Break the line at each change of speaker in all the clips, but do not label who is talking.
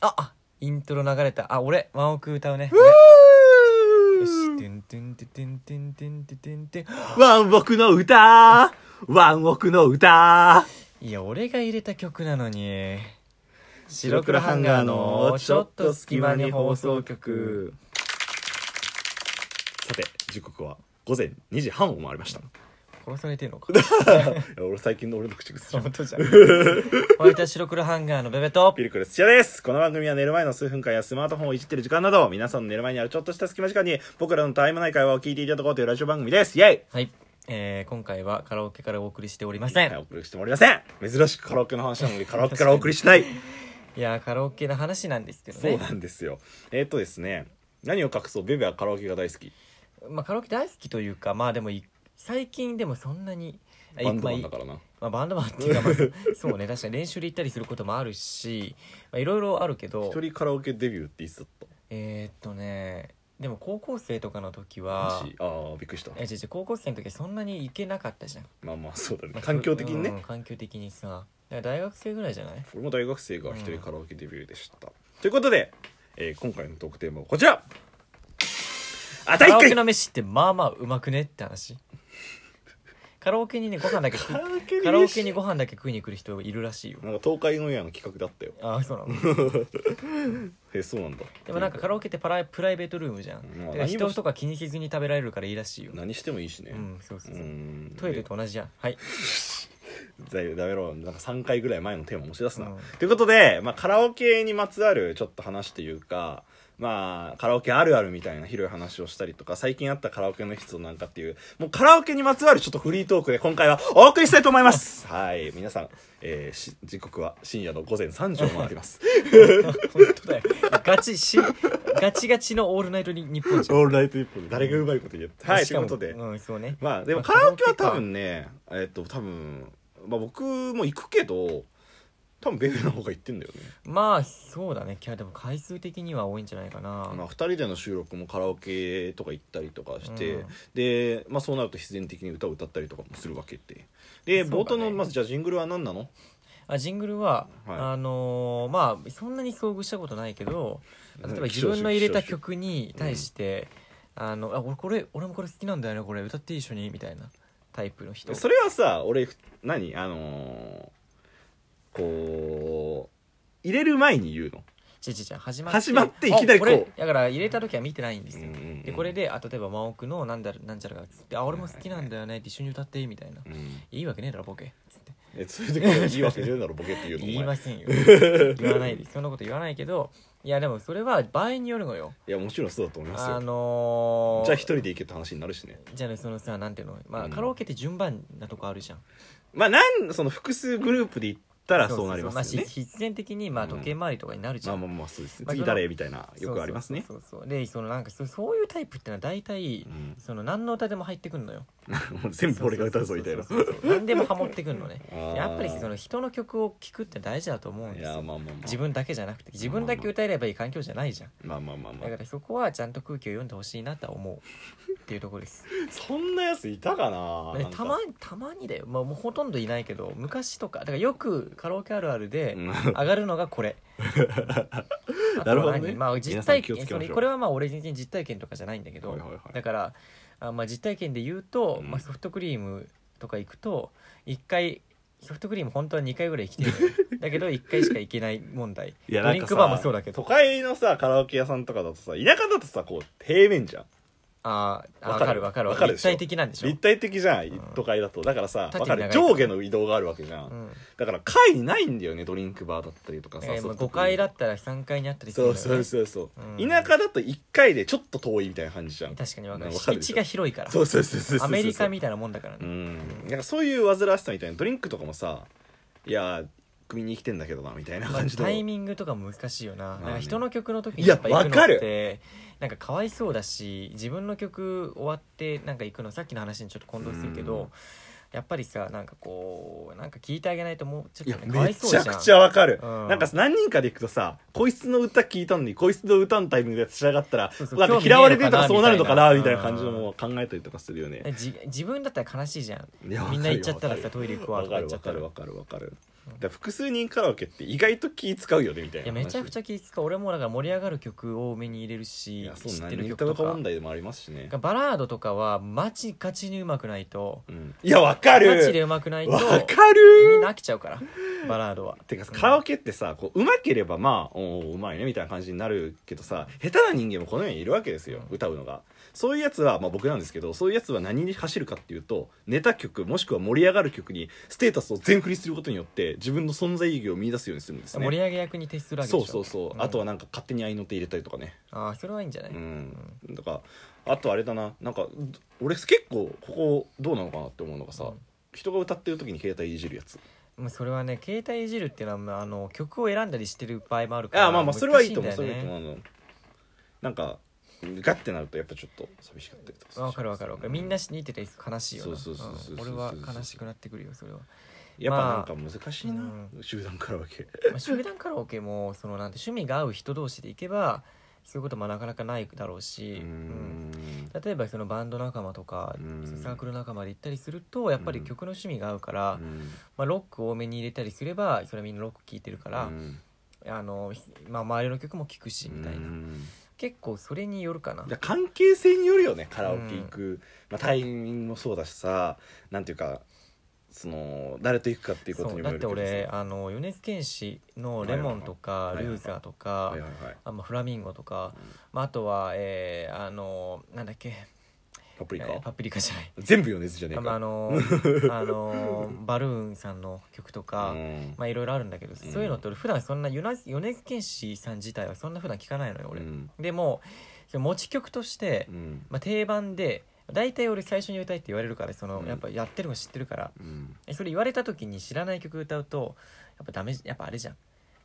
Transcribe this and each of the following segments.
ああイントロ流れたあ俺ワンオク歌うねよしトゥントゥントゥントゥントゥントゥントゥントゥントゥン
ワンオクの歌ワンオクの歌
いや俺が入れた曲なのに
白黒ハンガーのちょっと隙間に放送局さて時刻は午前2時半を回りましたい
殺されてるの か
や俺最近の俺の口癖じゃん
本当じゃんホワイト白黒ハンガーのベベと
ピルクルスチアです。この番組は寝る前の数分間やスマートフォンをいじってる時間など、皆さんの寝る前にあるちょっとした隙間時間に、僕らのタイムない会話を聞いていただこうというラジオ番組です。イェイ
はい、えー、今回はカラオケからお送りしておりませ
はい、
ん
お送りしてもらえません珍しくカラオケの話なのにカラオケからお送りしない
いやーカラオケの話なんですけど
そう
ね
なんですよ。えーっとですね、何を隠そう、ベベはカラオケが大好き。
まあカラオケ大好きというかまあでもい最近でもそんなにあい
バンド
まあ
マン
い
だからな。
まあ、バンドマンっていうか、まあ、そう そうね確かに練習で行ったりすることもあるしまあいろいろあるけど
一人カラオケデビューっていつだった
えー、っとねでも高校生とかの時
あ
は
あー、びっくりした。
え違う違う高校生の時はそんなに行けなかったじゃん、
まあまあ、そうだね
ま。あ
環境的に
うん
ね。
環境的にさだから大学生ぐらいじゃない
俺も大学生が一人カラオケデビューでした。ということで、えー今回のトークテーマはこちらあ
カ
た
ラオ
一
ケ
回
の飯ってまあまあうまくねって話 カラオケにねご飯だけ食
カラオケに
カラオケにご飯だけ食いに来る人いるらしいよ
なんか東海オンエアの企画だったよ
ああそうなの
へそうなんだ
でもなんかカラオケってパラプライベートルームじゃん、
うん
だから人とか気にせずに食べられるからいいらしいよ
何してもいいしね
うんそうそうそう、
ん
トイレと同じじゃんはい
だいぶだめろなんか3回ぐらい前のテーマ持ち出すな、
うん
ということで、まあ、カラオケにまつわるちょっと話というかまあカラオケあるあるみたいな広い話をしたりとか最近あったカラオケのエピソードなんかっていうもうカラオケにまつわるちょっとフリートークで今回はお送りしたいと思います はい皆さん、えーし時刻は深夜の午前3時を回ります
本当だよガチしガチガチのオールナイトに日本じゃん
オールナイト一本で誰がうまいこと言ってはい
し
という
か
こ
も
とで、
うんそうね
まあでも
まあ
カラオケは
カラオケ
多
か
分ねえっと多分まあ僕も行くけど多分ベベの方が行ってんだよね
まあそうだねキャでも回数的には多いんじゃないかな、
まあ、2人での収録もカラオケとか行ったりとかして、
うん
で、まあ、そうなると必然的に歌を歌ったりとかもするわけでで、
そうだね
冒頭のまずじゃあジングルは何なの
あジングルは、
はい
あのーまあそんなに遭遇したことないけど例えば
うん
自分の入れた
希少種
曲に対して「あのあ俺これ俺もこれ好きなんだよねこれ歌って一緒に」みたいなタイプの人
それはさ俺何あのーこう入れる前に言うの
ちちち始まって
始まっていきなりこ
あ
う
れだから入れた時は見てないんですよ、
うんうんうん
でこれであ例えば真奥のなんだろなんちゃらがっつって「あ俺も好きなんだよね」って一緒に歌ってみたいな「
うん
いいわけねえだろボケ」つって
えそれでこう言い訳出るだろボケって言う の
言い
お
ま
前
せんよ 言わないですそんなこと言わないけどいやでもそれは場合によるのよ
いやもちろんそうだと思います
あ
よ
のー、
じゃあ一人で行けって話になるしね
じゃあねそのさなんていうのまあ、
うん
カラオケって順番なとこあるじゃん
まあなんその複数グループで行ったらそうなりますよね
あし必然的にまあ
うん
時計回りとかになるじ
ま
ゃ
あ
ん、
まあまあそうですね
まあ
次誰みたいな
そうそう
よくありますね
そうそうそうでそのなんかそそういうタイプってのは大体、
うん
その何の歌でも入ってくんのよ
もう 全部俺が歌うぞみたいな
そうそうそうそう何でもハモってくんのね
あー
やっぱりその人の曲を聴くって大事だと思うん
い
です
やまあ
よ
まあまあ
自分だけじゃなくて自分だけ歌えればいい環境じゃないじゃん
まあまあまあま
だか
あ
らそこはちゃんと空気を読んでほしいなとは思うっていうところです
そんなやついたかな
ねたまたまにだよ、まあ、もうほとんどいないけど昔とかだからよくカラオケあるあるで
うん
上がるのがこれあとは
なるほどね
何まあ実
皆さ
体
ん気を
験
つけ
そ
ましょう
れこれはまあ俺全然実体験とかじゃないんだけど、
はいはいはい
だからあ、まあ、実体験で言うと、
うん
まあ、ソフトクリームとか行くと1回ソフトクリーム本当は2回ぐらい来 てるのよだけど1回しか行けない問題
いや
ド
な
リ
ん
ン
か
クバーも
さ
そうだけ
都
ど
会のさカラオケ屋さんとかだとさ田舎だとさこう平面じゃん
あーあ
わ
分
か
かる
る
分かる
わかるでし
立
ょ
体的なんでしょ
立、体的じゃん
ん
都会だとだからさ
縦
わ
に
か
長い
る上下の移動があるわけじゃ
うんん、
だから階にないんだよねドリンクバーだったりとか
だ
さ
から
ソ
今
フト
5
クリーム
階だったら3階にあったりする
そ
ん
う
だよ
そう
ね
そうそう、
うん
田舎だと1回でちょっと遠いみたいな感じじゃん
確かに分かる
わかる
敷
でし
地
ょ
が広いから
そうそうそうそうそう
アメリカみたいなもんだから
う
ね、
んなんかそういう煩わしさみたいなドリンクとかもさいや組に生きてんだけどなみたいな
まあ
感じで、
タイミングとかも難しいよな,、
あね
なんか人の曲の時
い
にや
や
っぱ行く
わか
の
る
ってなんかかわいそうだし自分の曲終わってなんか行くのさっきの話にちょっと混同するけど、
うん
やっぱりさなんかこうなんか聞いてあげないともうち
い
ょ
や
っとねかわ
め
いそう
ち
じゃ
ゃ
ん
くちゃわかる、
うん
なんか何人かで行くとさこいつの歌聞いたのにこいつの歌のタイミングで立ち上がったら
そうそう
なんか
興味ねえ
嫌
の
わ
かな
れてるとかそうなるのかなみ
み
た
た
い
い
な
な
感じのも考えたりとかするよね
じ自分だったら悲しいじゃん
いやわかる
みんな行っちゃったらさ
わか
トイレ行くわ
わ
とか
か
行
る
っちゃ
わ
った
からるわかるわかるら複数人カラオケって意外と気使うよねみたい
い
な
や
話
めちゃくちゃ気使う俺もだから盛り上がる曲を多めに入れる
い
し
やそう
知って
何
る
言っ
曲
たの
と
か
か
問題でもありますしね、
バラードとかはマジガチにうまくないと
うん、いやわか
ガチで
る
うまくないと
わ
み
か
んな
る
飽きちゃうからバラードは
てかさ
うん
カラオケってさこううまければまあおーうまいねみたいな感じになるけどさ下手な人間もこの世にいるわけですよ
うん
歌うのがそういうやつは、まあ、僕なんですけどそういうやつは何に走るかっていうとネタ曲もしくは盛り上がる曲にステータスを全振りすることによって自分の存在意義を見出すようにするんですね
盛り上げ役に徹するわけで
そ
し
う
ょ
そうそう、
ん
あとはなんか勝手に合いの手入れたりとかね
ああそれはいいんじゃない、
うん、だからあとあれだななんかど俺結構ここどうなのかなって思うのがさ、
うん
人が歌ってる時に携帯いじるやつ
まあそれはね携帯いじるっていうのはまああの曲を選んだりしてる場合もあるから
ああまあまあそれはいいと思う、
難し
そ
ん
れ
だ
はいい
よ
と
ね
思うあのなんかガッてなるとやっぱちょっと寂しかったりとかする
わかるわかるわかるみんな似てて悲しいよな
そうそうそうそう
うん俺は悲しくなってくるよそれは、
やっぱなんか難しいな、
ま
集団カラオケ
まあ、集団カラオケもそのなんて趣味が合う人同士で行けばそういうこともなかなかないだろうし、うん例えばそのバンド仲間とか
うん
サークル仲間で行ったりするとやっぱり曲の趣味が合うから、
うん
まあ、ロック多めに入れたりすればそれはみんなロック聴いてるから、
うん
あのまあ、周りの曲も聴くしみたいな、
うん
結構それによるかな
だから関係性によるよねカラオケ行く、まあ、タイミングもそうだしさなんていうかその誰と行くかっていうこと
そ
に
う
も
だ
よ
っ
る
て
けどさ
俺あの米津玄師の「レモン」と
は
か
い
「
はいはい
ルーザー」とか
はいはいはい
あまあフラミンゴ」とか
うん、
まあ、あとはえーあのなんだっけ
パプリ
えーパ
カ
プリカじゃない
全部米津じゃねえ
あまああ
か
のあのバルーンさんの曲とか
うん
まあいろいろあるんだけど
ん
そういうのって俺普段そんな米津米津玄師さん自体はそんな普段聞かないのよ俺
うん
でもその持ち曲として
うん
まあ定番で大体俺最初に歌いって言われるからその
うん
やっぱやってるの知ってるから
うん
えそれ言われた時に知らない曲歌うとやっぱダメじやっぱあれじゃん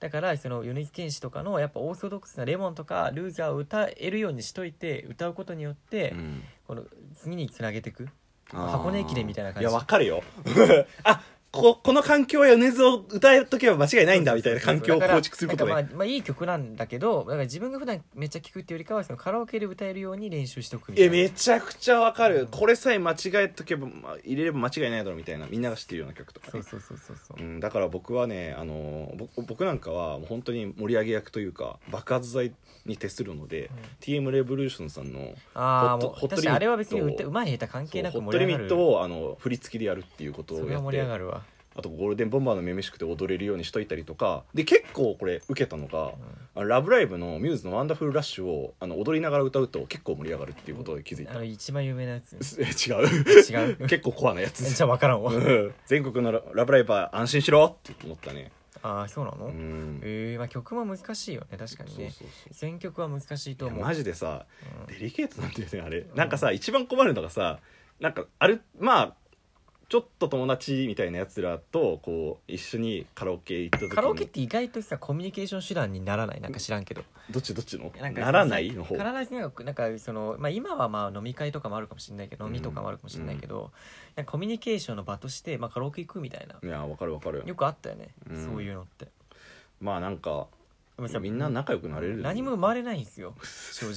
だからその米津玄師とかのやっぱオーソドックスな「レモン」とか「ルーザー」を歌えるようにしといて歌うことによって、
うん
この次につなげていく
あー
箱根駅伝みたいな感じ
いやわかるよ あここの環境は米津を歌えとけば間違いないんだみたいな環境を構築すること
だから
ね
まあ、まあ、いい曲なんだけどだから自分が普段めっちゃ聴くっていうよりかはそのカラオケで歌えるように練習しとくみたい
え
な
めちゃくちゃわかるこれさえ間違えとけば、まあ、入れれば間違いないだろうみたいなみんなが知ってるような曲とかね
そうそうそうそうそう
うん、だから僕はね、あのぼ僕なんかはもう本当に盛り上げ役というか爆発剤に徹するので、TM レボリューションさんの
ああ
ホット
も
ホ
う
ッ
確
トリミ
か
ット
にあれは別に歌うまい下手関係な
そ
く
うホット
盛り
リ
上
ミ
がる
ットをあの振り付きでやるっていうことを
それ
や
は
っ
盛り上が
て
るわ、
あとゴールデンボンバーの女々しくて踊れるようにしといたりとかで結構これ受けたのが
うん
「あのラブライブ!」のミューズの「ワンダフルラッシュをあの踊りながら歌うと結構盛り上がるっていうことで気づい
あ
た、
の一番有名なやつ
え違う
違う
結構コアなやつ
じゃあ分からんわ
うん全国のララブライバー安心しろって思ったね
ああそうなの、
うん
えーまあ、曲も難しいよね確かに
そう
ね
そうそう
選曲は難しいと
い
思う
やマジでさ
うん
デリケートなんだよねあれなんかさ一番困るのがさなんかあるまあちょっと友達みたいなやつらとこう一緒にカラオケ行った時に
カラオケって意外とさコミュニケーション手段にならないなんか知らんけど
どっちどっちの
んか
ならないの方
必ずなんかなんかその、まあ、今はまあ飲み会とかもあるかもしれないけど、
うん
飲みとかもあるかもしれないけど、なんかコミュニケーションの場として、まあ、カラオケ行くみたいない
やわかるわかる
よくあったよね、
うん
そういうのってで
まあなんか
もさ
みんな仲良くなれる
何も生まれないんですよ正 直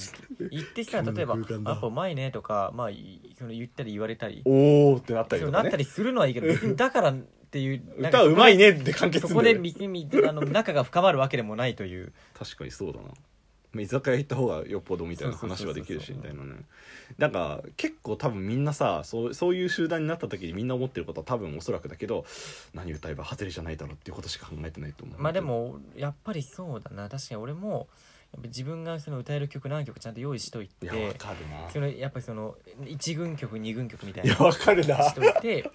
言ってさ例えば
急な
「
空間だ
あやっぱうまいね」とか、まあ、いその言ったり言われたり
おーってなったり
そ
と
うな
か
ったり
ね
するのはいいけど別にだからっていうなんか
歌うまいねって完結
そ
す
こ
るんだ
で
よね
みみあの仲が深まるわけでもないという
確かにそうだなまあ居酒屋行った方がよっぽどみたいな
そうそう
話
そうそう
はできるしみたいなねなんか結構多分みんなさそうそういう集団になった時にみんな思ってることは多分おそらくだけど何歌えばハズレじゃないだろうっていうことしか考えてないと思う
まあでもやっぱりそうだな確かに俺もやっぱ自分がその歌える曲何曲ちゃんと用意しとい
い
て
やわかるな
そのやっぱりその1軍曲2軍曲みたい
いや
な
わかるな
しとい て、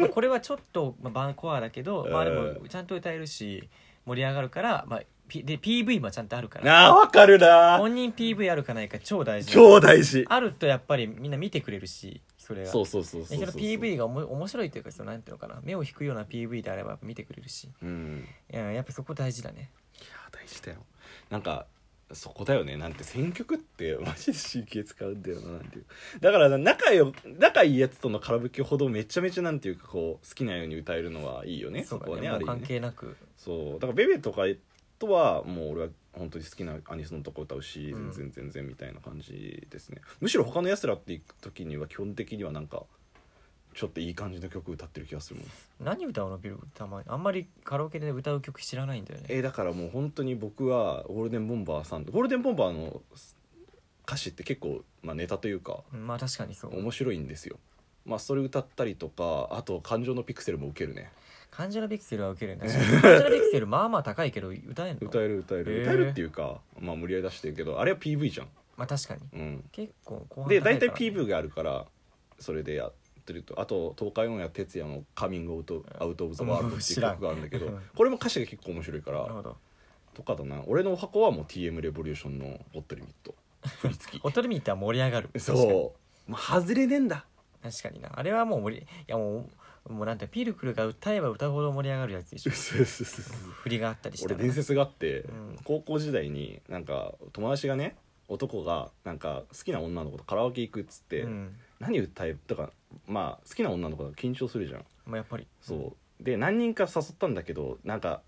まあ、これはちょっと、まあ、バンコアだけど、まあ、で
う
もちゃんと歌えるし盛り上がるから、まあ、P- で PV もちゃんとあるから
なあわかるな
本人 PV あるかないか超大事
超大事
あるとやっぱりみんな見てくれるしそれが
そうそうそうそう
で
そう
その PV がおも面白いというかそのなんていうのかな目を引くような PV であればやっぱ見てくれるし
うん
いややっぱそこ大事だね
いや大事だよなんかそこだよねなんて選曲って マジで神経使うんだよななんていうだから仲よ仲いいやつとのカラオケほどめちゃめちゃなんていうかこう好きなように歌えるのはいいよね
そ
そう
だ
こはね
も
あ
う
る意味
関
ね
係なく
そうだからベベとかとはもう俺は本当に好きなアニソンとか歌うし、
うん
全然全然みたいな感じですねむしろ他のやつらって行く時には基本的にはなんかちょっといい感じの曲歌ってる気がするもん
何歌うのビルたまにあんまりカラオケで歌う曲知らないんだよね
えーだからもう本当に僕はゴールデンボンバーさんゴールデンボンバーの歌詞って結構、まあ、ネタというか
うんまあ確かにそう
面白いんですよまあそれ歌ったりとかあと「感情のピクセル」もウケるね
感じのピクセルはウケるんだ し感じのピクセルまあまあ高いけど歌えんの
歌える歌える、
へー
歌えるっていうかまあ無理やり出してるけどあれは PV じゃん
まあ確かに
うん
結構後半
で大体
高いからね
PV があるからそれでやってるとあと東海オンエア哲也の「カミングアウト・アウト・オブ・ザ・ワールド」っていう曲があるんだけ
うん知
ど
らん
これも歌詞が結構面白いか
なる
ら
ほど
とかだな俺のお箱はもう TM レボリューションの「ホットリミット」振り付き
ホットリミットは盛り上がる
そうまあ外れねえんだ
確かに確かになあれはもう盛りいやもうもうなんてピルクルが歌えば歌うほど盛り上がるやつでしょ振りがあったりした
俺
ら
伝説があって、
うん
高校時代になんか友達がね男がなんか好きな女の子とカラオケ行くっつって、
うん
何歌えとかまあ好きな女の子だから緊張するじゃん
まあやっぱり
そうで何人か誘ったんだけどなんか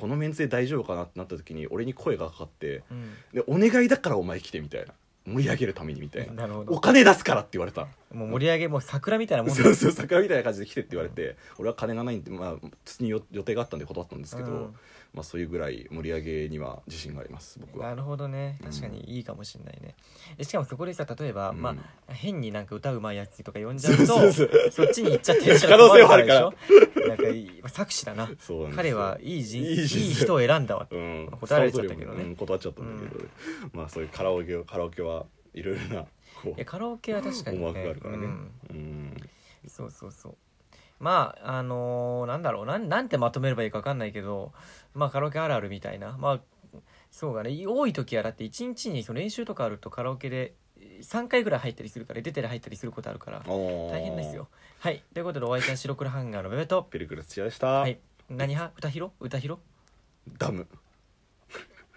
このメンツで大丈夫かなってなった時に俺に声がかかって
うん
「でお願いだからお前来て」みたいな盛り上げるためにみたいな
なるほ
「お
ど
金出すから」って言われた
もう盛り上げもう桜みたいなもんだ
そうそう桜みたいな感じで来てって言われて、俺は金がないんでまあ普通に予予定があったんで断ったんですけど、
うん
まあそういうぐらい盛り上げには自信があります僕は
なるほどね
うん
確かにいいかもしれないね、えしかもそこでさ例えば、
うん
まあ、変になんか歌うまいやつとか呼んじゃうと
そうそうそう
そっちに行っちゃってる
可能性はあるから
らなんかいいまあ作詞だな
そうなんですよ
彼はいい人
いい人生
いい人を選んだわ
うん
断られちゃったけどね
うん断っちゃったんだけど、まあそういうカラオケをカラオケはいろいろなこ
いうやカラオケは確かに、
思惑があるからね
うん
うん
そうそうそうまああのーなんだろうなんなんてまとめればいいか分かんないけどまあカラオケあるあるみたいなまあそうだね多い時はだって1日にその練習とかあるとカラオケで3回ぐらい入ったりするから出て入ったりすることあるから大
大
変ですよはいということでお相手は白黒ハンガーのベベと
ペルクル土屋でした、
はい何派歌広歌広
ダム